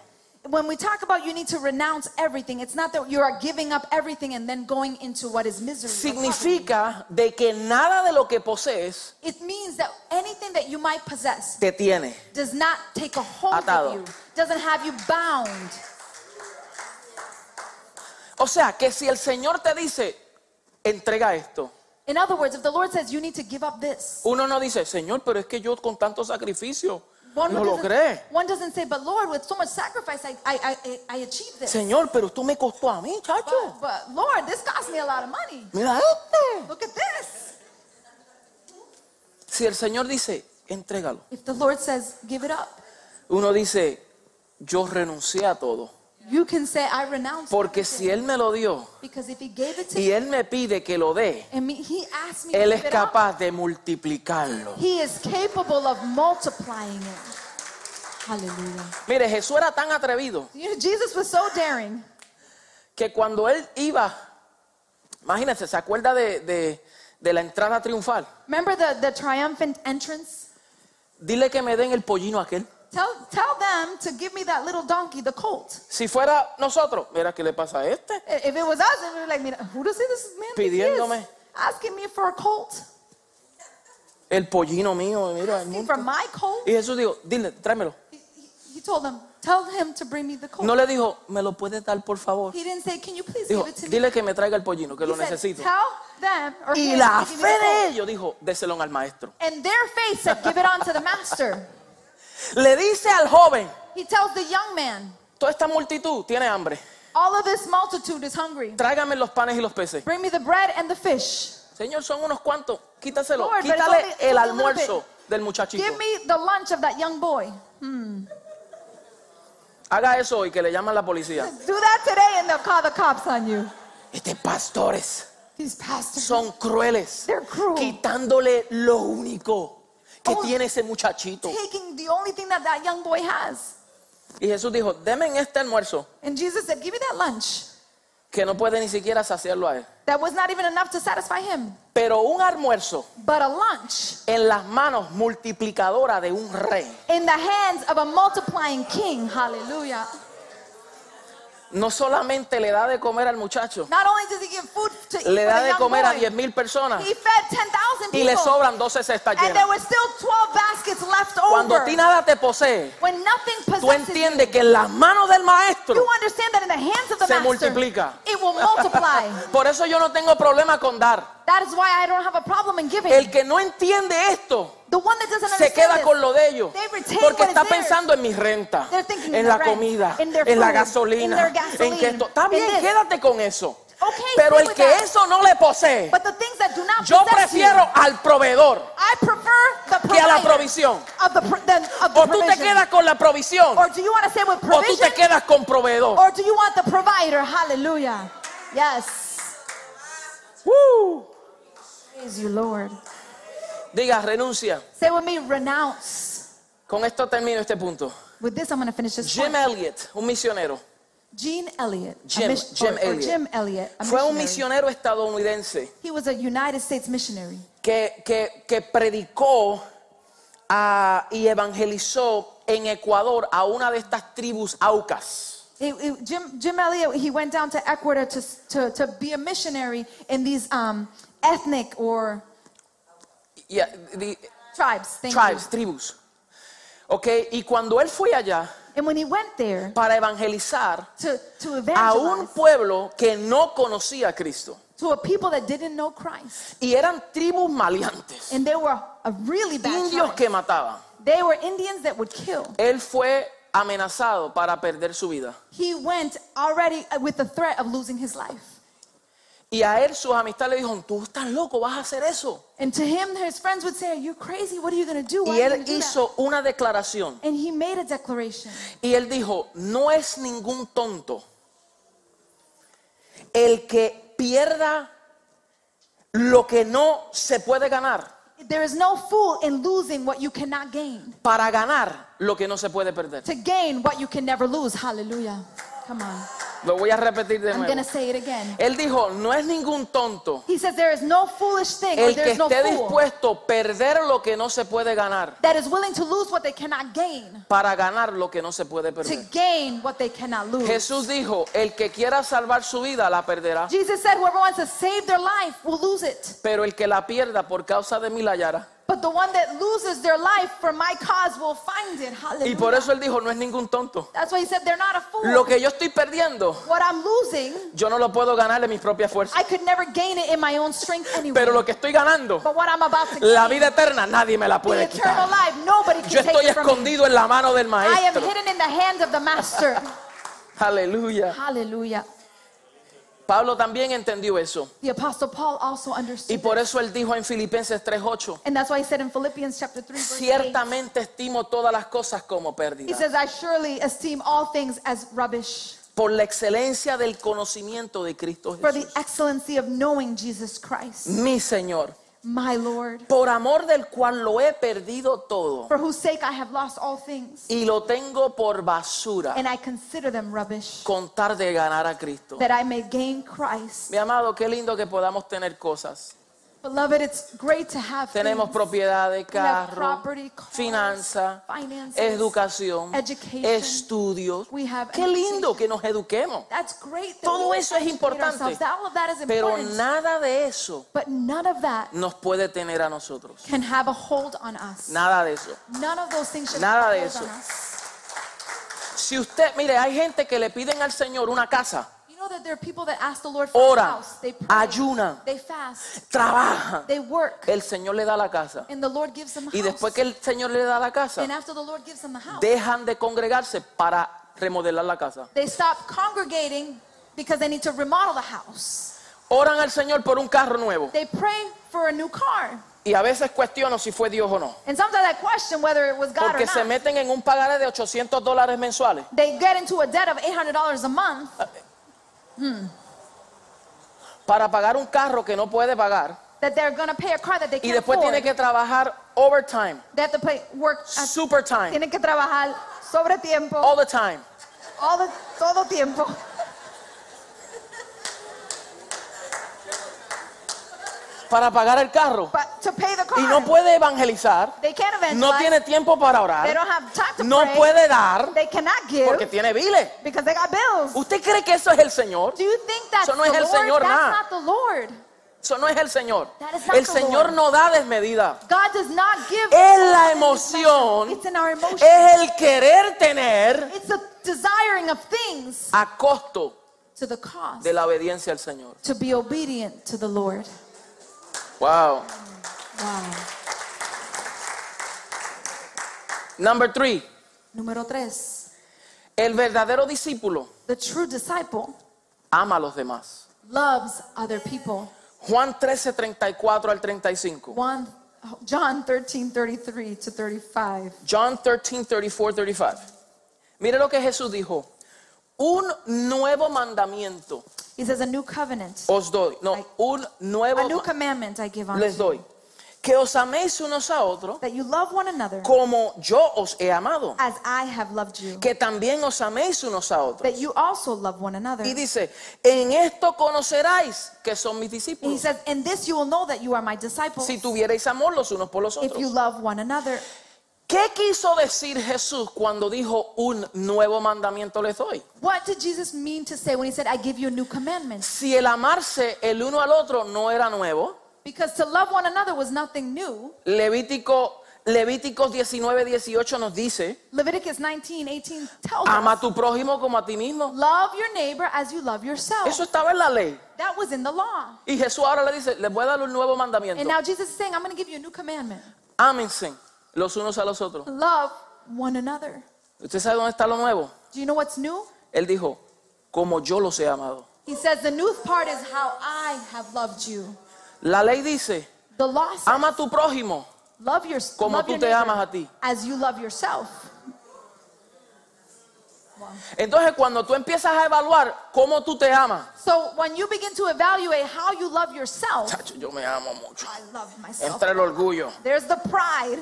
when we talk about you need to renounce everything, it's not that you are giving up everything and then going into what is misery. or poverty. Significa de que nada de lo que posees It means that anything that you might possess te tiene. does not take a hold Atado. of you, doesn't have you bound. O sea, que si el Señor te dice, entrega esto, In other words, if the Lord says you need to give up this, Uno no dice, Señor, pero es que yo con tanto sacrificio one, no lo doesn't, cree. one doesn't say, but Lord, with so much sacrifice, I, I, I, I- I achieved this. Señor, pero esto me costó a mí, chacho. But, but Lord, this cost me a lot of money. Mira este. Look at this. Si el Señor dice, entrégalo. If the Lord says, give it up, Uno dice, yo renuncié a todo. you can say, I renounce Porque everything. si Él me lo dio Because if He gave it to y me, Él me pide que lo dé, and me, He asked me Él to es give it up, capaz de multiplicarlo. He is capable of multiplying it. Hallelujah. Mire, Jesús era tan atrevido You know, Jesus was so daring. que cuando Él iba, imagínense, ¿se acuerda de, de- de la entrada triunfal? Remember the, the triumphant entrance? Dile que me den el pollino aquel. Tell, tell them to give me that little donkey, the colt. Si fuera nosotros, mira qué le pasa a este. I- If it was us, it would be like, Mira, who does this man think he Pidiéndome. is? Asking me for a colt. El pollino mío, mira. el Asking monte. for my colt. Y Jesús dijo, dile, tráemelo. He, he- he told them, tell him to bring me the colt. No le dijo, me lo puedes dar, por favor. He didn't say, can you please Dijo, give it to me? dile que me traiga el pollino, que he lo said, necesito. tell them or Y him la to give fe me the de colt. ellos dijo, déselo al maestro. And their faith said, give it on to the master. Le dice al joven, He tells the young man, toda esta multitud tiene hambre. all of this multitude is hungry. Tráigame los panes y los peces. Bring me the bread and the fish. Señor, son unos cuantos. Quítaselo. Lord, but it's Quítale only- it's el only a little almuerzo del muchachito. Give me the lunch of that young boy. Hmm. Haga eso hoy, que le llaman la policía. Do that today and they'll call the cops on you. Estos pastores These pastors. son crueles. They're cruel. Quitándole lo único que Oh. tiene ese muchachito. taking the only thing that that young boy has. Y Jesús dijo, denme en este almuerzo And Jesus said, Give me that lunch. que no puede ni siquiera saciarlo a él. That was not even enough to satisfy him. Pero un almuerzo But a lunch en las manos multiplicadora de un rey in the hands of a multiplying king. Hallelujah. no solamente le da de comer al muchacho, Not only does he give food to eat le for da the de young comer a boy, 10 mil personas he fed 10,000 y le people. sobran 12 cestas And there llenas. were still 12 baskets left Cuando a ti over. nada te posee, When nothing tú possesses you, entiendes que en las manos del maestro you understand that in the hands of the se master, multiplica. it will multiply. Por eso yo no tengo problema con dar. That is why I don't have a problem in giving. El que no entiende esto the one that doesn't se understand queda this, con lo de ellos They retain porque what está is theirs. pensando en mi renta, They're thinking en in la their rent, comida, in their en la food, in gasolina, their en que gasoline, esto. También in this. quédate con eso. Okay, Pero stay el with que that. eso no le posee, But the things that do not yo possess you, prefiero al proveedor I prefer the que a la provider provisión. of the, pr- than of the O tú te provision. quedas con la provisión or do you want to say with o tú provision? te quedas con proveedor. Or do you want the provider? Hallelujah. Yes. Woo. Praise you, Lord. Diga, renuncia. Say with me, renounce. Con esto termino este punto. With this, I'm going to finish this. Jim point. Elliot, un misionero, Gene Elliott. a Jim- mis- Jim or- or Elliott. Jim Elliott. a fue un missionary. misionero estadounidense He was a United States missionary. que, que- que predicó ah, y evangelizó en Ecuador a una de estas tribus aucas. He- he- Jim, Jim Elliot, he went down to Ecuador to, s- to, to be a missionary in these um, ethnic or Yeah, the- tribes. Thank you. ah, tribes, tribus. Ok, y cuando él fue allá And when he went there para evangelizar to, to a un evangelize pueblo que no conocía a Cristo, to a people that didn't know Christ, y eran tribus maleantes, and they were a really bad indios tribe. que mataban, They were Indians that would kill. él fue amenazado para perder su vida. He went already uh, with the threat of losing his life. Y a él sus amistades le dijeron, tú estás loco, vas a hacer eso. And to him, his friends would say, You're crazy. What are you going to do? Why Y are you él gonna do that?" hizo una declaración. And he made a declaration. Y él dijo, no es ningún tonto el que pierda lo que no se puede ganar There is no fool in losing what you cannot gain, para ganar lo que no se puede perder. to gain what you can never lose. Hallelujah. Come on. Lo voy a repetir de I'm going to nuevo. say it again. Él dijo, no es ningún tonto He says, There is no foolish thing, or el que there is no esté fool dispuesto a perder lo que no se puede ganar that is willing to lose what they cannot gain, para ganar lo que no se puede to perder. gain what they cannot lose. Jesús dijo, el que quiera salvar su vida la perderá. Jesus said, Whoever wants to save their life will lose it. Pero el que la pierda por causa de mí la hallará. But the one that loses their life for my cause will find it. Y por Hallelujah. eso él dijo, no es ningún tonto. That's why he said they're not a fool. Lo que yo estoy perdiendo, what I'm losing, yo no lo puedo ganar de mis propias fuerzas. I could never gain it in my own strength anyway. Pero lo que estoy ganando, but what I'm about to la gain, vida eterna, nadie me la the puede quitar. eternal life, nobody can Yo take estoy it from me. escondido en la mano del I am maestro. hidden in the hand of the master. Aleluya. Hallelujah. Pablo también entendió eso. The apostle Paul also Y understood. por eso él dijo en Filipenses 3:8, and that's why he said in Philippians chapter 3 verse 8, ciertamente estimo todas las cosas como he pérdida says, I surely esteem all things as rubbish por la excelencia del conocimiento de Cristo for the Jesús. excellency of knowing Jesus Christ, Mi Señor, my Lord, por amor del cual lo he perdido todo. for whose sake I have lost all things. y lo tengo por basura and I consider them rubbish, contar de ganar a Cristo. that I may gain Christ. Mi amado, qué lindo que podamos tener cosas. Beloved, it's great to have Tenemos things. propiedades, We have carro, property, cars, finanza, finances, educación, education. estudios. We have Qué lindo education. que nos eduquemos. That's great. that Todo we eso es educate importante. ourselves, that all of that is Pero important. nada de eso but none of that nos puede tener a nosotros. can have a hold on us. Nada de eso. none of those things should Nada have a de hold eso. on us. Si usted, mire, hay gente que le piden al Señor una casa, You know that there are people that ask the Lord for a ora, house. They pray. ayuna, They fast. trabaja. They work. El Señor le da la casa. and the Lord gives them a Y house. después que el Señor le da la casa, and after the Lord gives them the house, dejan de congregarse para remodelar la casa. They stop congregating because they need to remodel the house. Oran al Señor por un carro nuevo. They pray for a new car. Y a veces cuestiono si fue Dios o no. And sometimes I question whether it was God Porque se or not. meten en un pagaré de 800 dólares mensuales. Ah, They get into a debt of $800 a month eh. Hmm. Para pagar un carro que no puede pagar. that they're going to pay a car that they Y can't después afford. tiene que trabajar overtime, They have to pay work. at- super time, Tienen que trabajar sobre tiempo, all the time. all the, todo tiempo. Para pagar el carro. But to pay the car, Y no puede evangelizar. they can't No evangelize. tiene tiempo para they orar. don't have time to No pray. puede dar They cannot give porque tiene biles. because they got bills. ¿Usted cree que eso es el Señor? Do you think that's Eso no the es el Lord? Señor, that's nada. not the Lord. Eso no es el Señor. That is not El the Señor Lord. no da desmedida. God does not give. Es la us emoción. It's in our emotion. es el querer tener It's the desiring of things a costo to the cost de la obediencia al Señor. to be obedient to the Lord. Wow. Wow. Number three, Número tres. el verdadero discípulo The true disciple ama a los demás. loves other people. Juan 13, 34 al 35. One, John 13, 33 to 35. John 13, 34, 35. Mire lo que Jesús dijo. Un nuevo mandamiento He says, a new covenant, os doy. No, un nuevo a new ma- commandment I give unto les you, doy. Que os améis unos a otros that you love one another como yo os he amado. as I have loved you, Que también os améis unos a otros. that you also love one another. Y dice, en esto conoceráis que son mis And he discípulos. says, in this you will know that you are my disciples, Si tuvierais amor los unos por los if you otros. love one another. ¿Qué quiso decir Jesús cuando dijo un nuevo mandamiento les doy? What did Jesus mean to say when he said, I give you a new commandment? Si el amarse el uno al otro no era nuevo, Because to love one another was nothing new. Levítico, Levíticos 19, 18 nos dice, Leviticus 19, 18 tells ama us, a tu prójimo como a ti mismo. love your neighbor as you love yourself. Eso estaba en la ley. That was in the law. Y Jesús ahora le dice, les voy a dar un nuevo mandamiento. And now Jesus is saying, I'm going to give you a new commandment. Ámense los unos a los otros. Love one another. ¿Usted sabe dónde está lo nuevo? Do you know what's new? Él dijo, como yo los he amado. He says the new part is how I have loved you. La ley dice, The law says, ama a tu prójimo. love your Como love tú your te neighbor amas a ti. as you love yourself. Entonces cuando tú empiezas a evaluar cómo tú te amas, So when you begin to evaluate how you love yourself, Chacho, yo me amo mucho. I love myself. Entra el orgullo. There's the pride,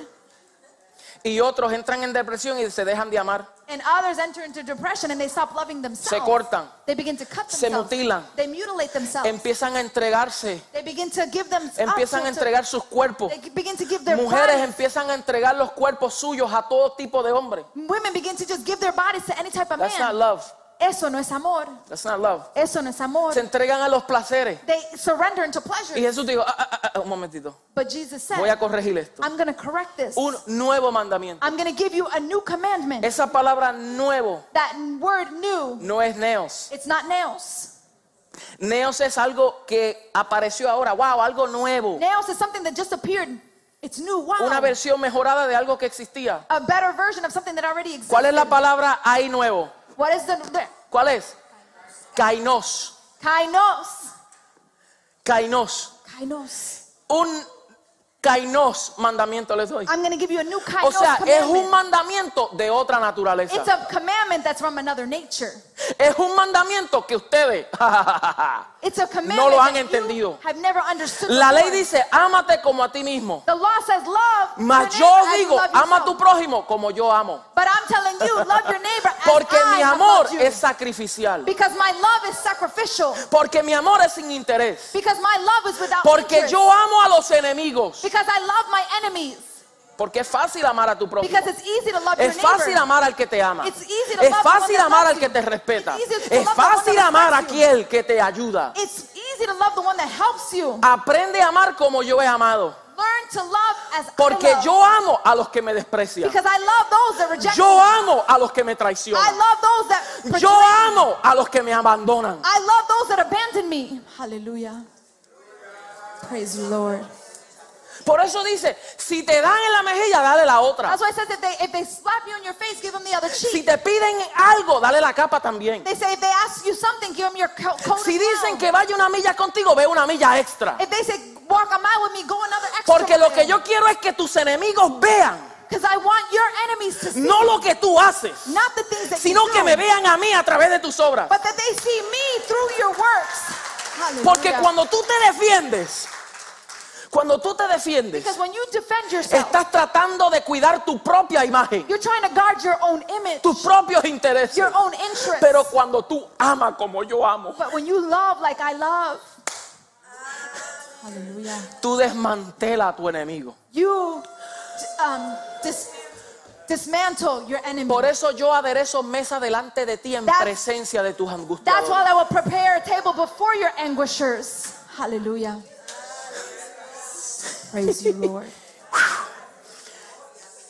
Y otros entran en depresión y se dejan de amar. and others enter into depression and they stop loving themselves. Se cortan. They begin to cut Se themselves. mutilan. They mutilate themselves. Empiezan a entregarse. they begin to give them Empiezan a up to- entregar sus cuerpos. Ah, They begin to give their Mujeres bodies. empiezan a entregar los cuerpos suyos a todo tipo de hombres. Women begin to just give their bodies to any type of That's not man. love. Eso no es amor. That's not love. Eso no es amor. Se entregan a los placeres. They surrender into Y pleasure. Jesús dijo, "Ah, ah, ah, ah, un momentito, But Jesus said, voy a corregir esto. I'm going to correct this. Un nuevo mandamiento. I'm going to give you a new commandment. Esa palabra nuevo That word new, no es neos. it's not nails. Neos es algo que apareció ahora. Wow, algo nuevo. Nails is something that just appeared. It's new. Wow. Una versión mejorada de algo que existía. a better version of something that already exists. ¿Cuál es la palabra hay nuevo? What is the, the ¿Cuál es? Kainos. kainos? Kainos. Kainos. Un kainos mandamiento les doy. I'm going to give you a new kainos O sea, es commandment. un mandamiento de otra naturaleza. it's a commandment that's from another nature. Es un mandamiento que ustedes... It's a commandment No lo han that you entendido. have never understood. La ley before. dice, ámate como a ti mismo. the law says love. Mas your yo neighbor as you digo, love ama a tu yourself. prójimo como yo amo. But I'm telling you, love your neighbor as Porque I mi have amor loved you. es sacrificial. Because my love is sacrificial. Porque mi amor es sin interés. Because my love is without Porque interest. yo amo a los enemigos. Because I love my enemies. Porque es fácil amar a tu prójimo. Because it's easy to love Es your neighbor. fácil amar al que te ama. It's easy to Es love fácil someone that amar loves al que you. te respeta. It's easy to Es love someone fácil that amar a loves you. aquel que te ayuda. It's easy to love the one that helps you. Aprende a amar como yo he amado. Learn to love as Porque I love. yo amo a los que me desprecian. because I love those that reject Yo me. amo a los que me I traicionan. love those that betray Yo me. amo a los que me abandonan. I love those that abandon me. Hallelujah. Praise you, Lord. Por eso dice, si te dan en la mejilla, dale la otra. That's why it says if they if they slap you in your face, give them the other cheek. Si te piden algo, dale la capa también. They say if they ask you something, give them your co- coat. Si as dicen well. que vaya una milla contigo, ve una milla extra. if they say walk a mile with me, go another extra. Porque lo que yo quiero es que tus enemigos vean, because I want your enemies to see, no lo que tú haces, not the things that sino you que do, me vean a mí a través de tus obras. but that they see me through your works. Porque Hallelujah. cuando tú te defiendes, cuando tú te defiendes, because when you defend yourself, estás tratando de cuidar tu propia imagen, you're trying to guard your own image, tus propios intereses. your own interests. Pero cuando tú amas como yo amo, but when you love like I love, Hallelujah. tú desmantela a tu enemigo. You um, dis- dismantle your enemy. Por eso yo aderezo mesa delante de ti en That's- presencia de tus That's why angustiadores. I will prepare a table before your anguishers. Hallelujah. Praise you, Lord.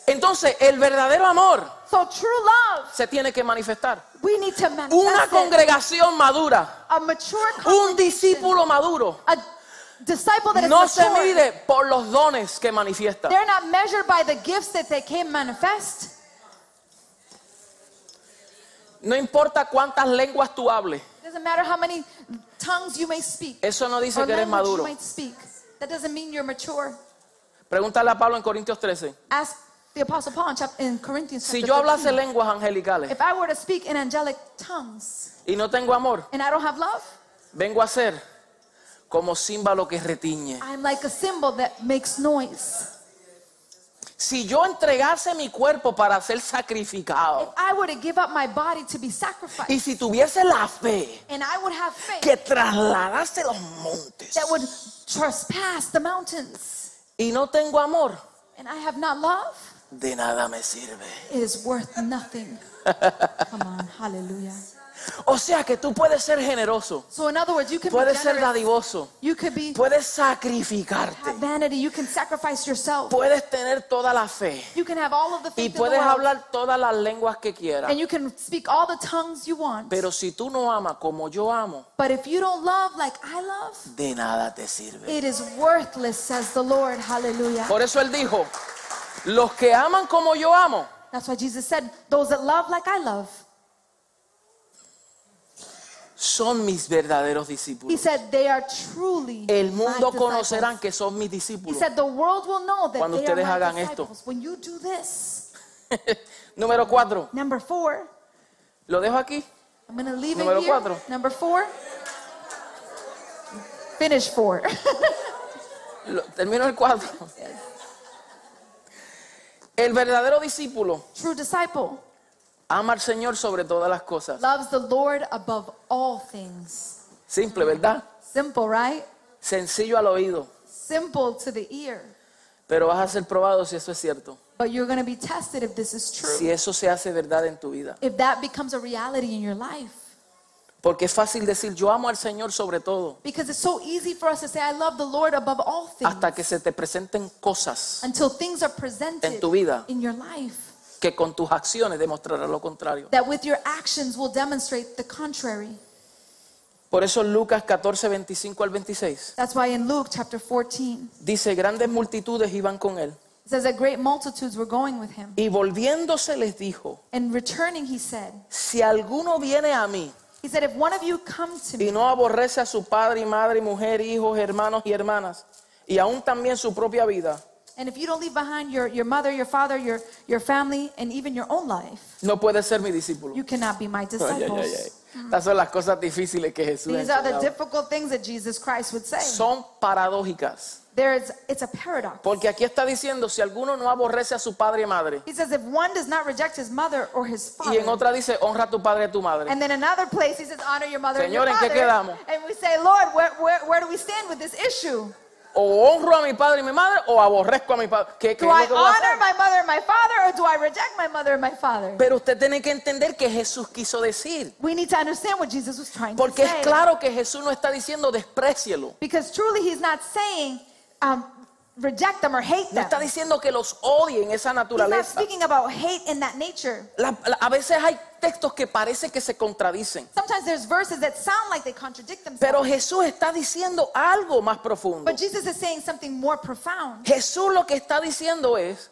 Entonces, el verdadero amor So true love, se tiene que manifestar. we need to Una manifest it. congregación madura, a mature un congregation, discípulo maduro, a disciple that is No se mature, mide por los dones que manifiesta. they're not measured by the gifts that they can manifest. No importa cuántas lenguas tú hables. Doesn't matter how many tongues you may speak Eso no dice or que eres language you maduro. might speak. That doesn't mean you're mature. Pregúntale a Pablo en Corintios 13. Ask the Apostle Paul in, chap- in Corinthians Si chapter yo hablase 13, lenguas angelicales If I were to speak in angelic tongues y no tengo amor, and I don't have love, vengo a ser como címbalo que retiñe. I'm like a cymbal that makes noise. Si yo entregase mi cuerpo para ser If sacrificado I were to give up my body to be sacrificed y si tuviese la fe and I would have faith que trasladase los montes that would trespass the mountains y no tengo amor, and I have not love, de nada me sirve. it is worth nothing. Come on, hallelujah. O sea que tú puedes ser generoso, So in other words, you can be puedes ser generous. dadivoso, You could be puedes have sacrificarte, vanity. You can sacrifice yourself. puedes tener toda la fe You can have all of the y faith in the puedes world, hablar todas las lenguas que quieras. and you can speak all the tongues you want. Pero si tú no amas como yo amo, But if you don't love like I love, de nada te sirve. it is worthless, says the Lord. Hallelujah. Por eso él dijo, los que aman como yo amo, That's why Jesus said, "Those that love like I love." son mis verdaderos He discípulos. said, "They are truly." El my mundo disciples." conocerán que son mis He discípulos. said, "The world will know that Cuando they are ustedes my hagan esto. disciples when you do this." Número cuatro, Number four. lo dejo aquí. I'm gonna leave Número it here. cuatro. Number four. Finish four. Lo- termino el cuatro. El verdadero discípulo True disciple. ama al Señor sobre todas las cosas. loves the Lord above all things. Simple, ¿verdad? Simple, right? Sencillo al oído. Simple to the ear. Pero vas a ser probado si eso es cierto. But you're going to be tested if this is true. Si eso se hace verdad en tu vida. If that becomes a reality in your life. Porque es fácil decir, yo amo al Señor sobre todo. Because it's so easy for us to say, I love the Lord above all things. hasta que se te presenten cosas Until things are en presented tu vida in your life que con tus acciones demostrarán lo contrario. that with your actions will demonstrate the contrary. Por eso Lucas 14, 25 al 26 That's why in Luke chapter 14, dice, grandes multitudes iban con él. it says that great multitudes were going with him. Y volviéndose les dijo, And returning, he said, si alguno viene a mí He said, If one of you come to me y no aborrece a su padre y madre, mujer, hijos, hermanos y hermanas, y aún también su propia vida, And if you don't leave behind your, your mother, your father, your, your family, and even your own life, no puede ser mi discípulo. you cannot be my Ay, ay, disciples. ay, ay. Estas son las cosas difíciles que Jesús These are the enseñaba. difficult things that Jesus Christ would say. Son paradójicas. There is, it's a paradox. Porque aquí está diciendo, si alguno no aborrece a su padre y madre, He says, if one does not reject his mother or his Y en father, otra dice, honra a tu padre y a tu madre. and then another place he says, honor your mother and your Señor, ¿en qué father, quedamos? and we say, Lord, where, where, where do we stand with this issue? O honro a mi padre y mi madre, o aborrezco a mi padre. ¿Qué, qué es Do I lo que voy a hacer? honor my mother and my father, or do I reject my mother and my father? Pero usted tiene que entender que Jesús quiso decir. We need to understand what Jesus was trying to Porque es say. claro que Jesús no está diciendo desprecielo. Because truly, he's not saying um, reject them or hate No them. está diciendo que los odie en esa He's not naturaleza. speaking about hate in that nature. La- la- a veces hay textos que parece que se contradicen. Sometimes there's verses that sound like they contradict themselves. Pero Jesús está diciendo algo más profundo. But Jesus is saying something more profound. Jesús lo que está diciendo es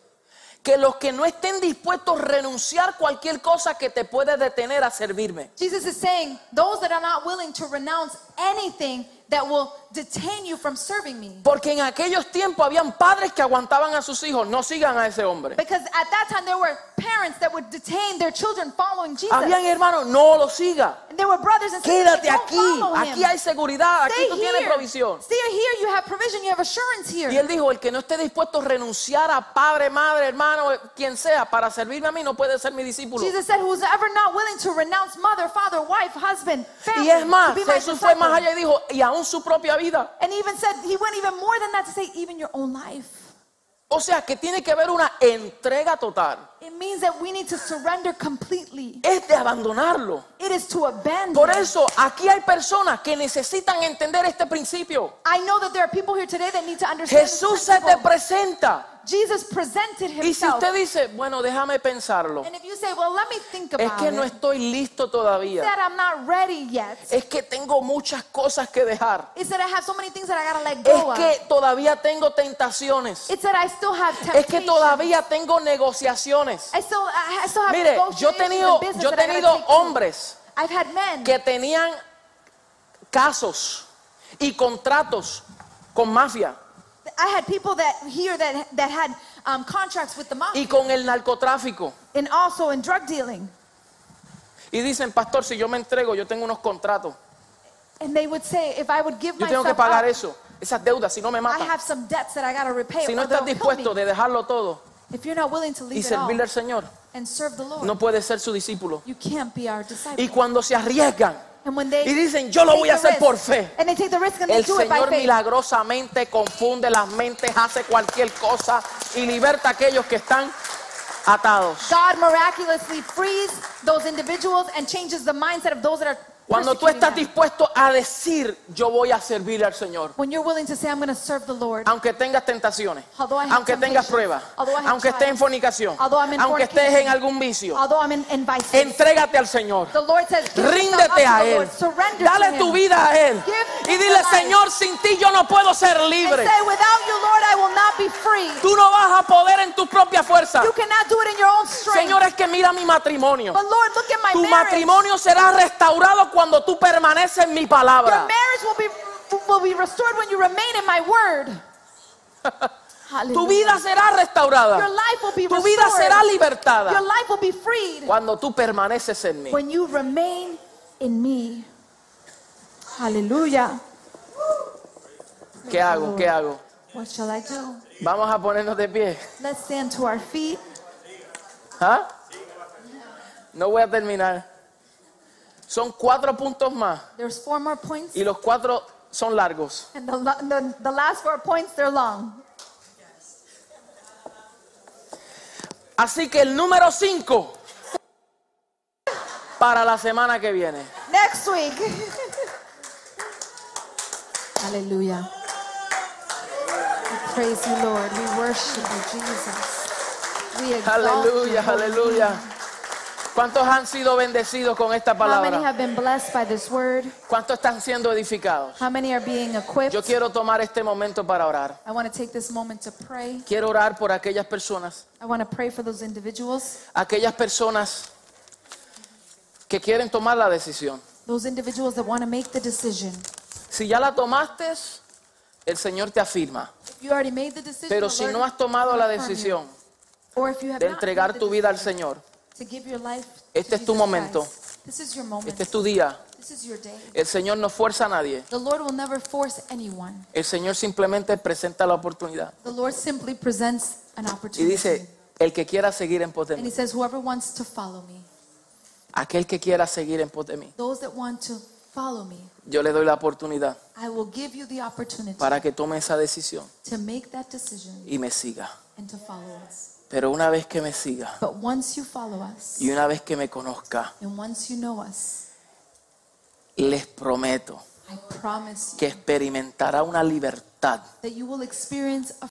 que los que no estén dispuestos a renunciar cualquier cosa que te puede detener a servirme. Jesus is saying, those that are not willing to renounce anything that will detain you from serving me. Porque en aquellos tiempos habían padres que aguantaban a sus hijos, no sigan a ese hombre. Because at that time, there were parents that would detain their children following Jesus. Habían hermanos, no lo siga. And there were brothers and sisters that Quédate don't aquí, follow him. aquí hay seguridad, aquí Stay tú tienes here. provisión. Stay here. You have provision. You have assurance here. Y él dijo, el que no esté dispuesto a renunciar a padre, madre, hermano, quien sea, para servirme a mí, no puede ser mi discípulo. Jesus said, Who's ever not willing to renounce mother, father, wife, husband, family, Y es to más, be my Jesús fue disciple." más allá y dijo, y aún su propia vida. And he even said, He went even more than that to say, even your own life. O sea, que tiene que haber una entrega total. It means that we need to surrender completely. es de abandonarlo. It is to abandon. Por eso aquí hay personas que necesitan entender este principio. I know that there are people here today that need to understand. this Jesús se te principle. presenta Jesus presented y si himself. usted dice, bueno, déjame pensarlo, And if you say, well, let me think es about que no it, estoy listo it's todavía, that I'm not ready yet. es que tengo muchas cosas que dejar, It's that I have so many things that I gotta let es go of. que todavía tengo tentaciones, It's that I still have es que temptation. todavía tengo negociaciones. I still, I I still have Mire, yo he negotiations tenido, and business yo he that I gotta tenido take to. hombres I've had men que tenían casos y contratos con mafia I had people that here that that had um, contracts with the mafia y con el narcotráfico. and also in drug dealing, Y dicen, pastor, si yo me entrego, yo tengo unos contratos. and they would say, if I would give Yo tengo myself que pagar up, eso, esas deudas, si no me I matan. have some debts that I gotta repay. Si or no they'll estás kill me. dispuesto de dejarlo todo if you're not willing to y leave it all servirle al Señor, and serve the Lord, no puedes ser su discípulo. you can't be our Y disciple. cuando se arriesgan, and when they y dicen, "Yo lo take voy a the hacer por risk, fe." and they take the risk and they el do it by Señor faith, milagrosamente confunde las mentes, hace cualquier cosa y liberta a aquellos que están atados. God miraculously frees those individuals and changes the mindset of those that are. Cuando tú persecuting estás them. dispuesto a decir, yo voy a servirle al Señor, when you're willing to say, I'm going to serve the Lord, aunque tengas tentaciones, Although I have aunque tengas temptations, pruebas, although I have aunque estés en trials, fornicación, although I'm in aunque estés en fornication, algún vicio, although I'm in, in vices. Entrégate al Señor. The Lord says, "Give yourself up to Ríndete a the Él. Lord. Surrender to Dale him. tu vida a Él. Give Y him dile, your life. Señor, sin ti yo no puedo ser And libre. say, without you, Lord, I will not be free. Tú no vas a poder en tu propia fuerza. You cannot do it in your own strength. Señor, es que mira mi matrimonio. but Lord, look at my Tu marriage. matrimonio será restaurado cuando tú permaneces en mi Your palabra. marriage will be will be restored when you remain in my word. Tu Hallelujah. vida será restaurada. Your life will be Tu restored. vida será libertada Your life will be freed cuando tú permaneces en mí. when you remain in me. Hallelujah. ¿Qué hago? ¿Qué hago? What shall I do? Vamos a ponernos de pie. Let's stand to our feet. ¿Ah? No voy a terminar. Son cuatro puntos más There's four more points. y los cuatro son largos. And the, lo- the, the last four points, they're long. Así que el número cinco para la semana que viene. Next week. Hallelujah. We praise you, Lord. We worship you, Jesus. We exalt Aleluya, your holy aleluya. name. ¿Cuántos han sido bendecidos con esta How many palabra? have been blessed by this word? ¿Cuántos están siendo edificados? How many are being equipped? Yo quiero tomar este momento para orar. I want to take this moment to pray. Quiero orar por aquellas personas, I want to pray for those individuals, aquellas personas que quieren tomar la decisión. those individuals that want to make the decision. Si ya la tomaste, el Señor te afirma. If you already made the decision, Pero the si Lord no has tomado will la affirm you. decisión or if you have de not made entregar the tu vida al decision Señor, to give your life to Este es tu Jesus momento. Christ. This is your moment. este es tu día. This is your day. El Señor no fuerza a nadie. The Lord will never force anyone. El Señor simplemente presenta la oportunidad. The Lord simply presents an Y opportunity. dice, el que quiera seguir en pos de and he mí, says, whoever wants to follow me, aquel que quiera seguir en pos de mí, those that want to follow me, yo le doy la oportunidad I will give you the opportunity para que tome esa decisión to make that decision y me siga. and to follow us. Pero una vez que me siga But once you follow us y una vez que me conozca, and once you know us, les prometo I promise you que experimentará una libertad that you will experience a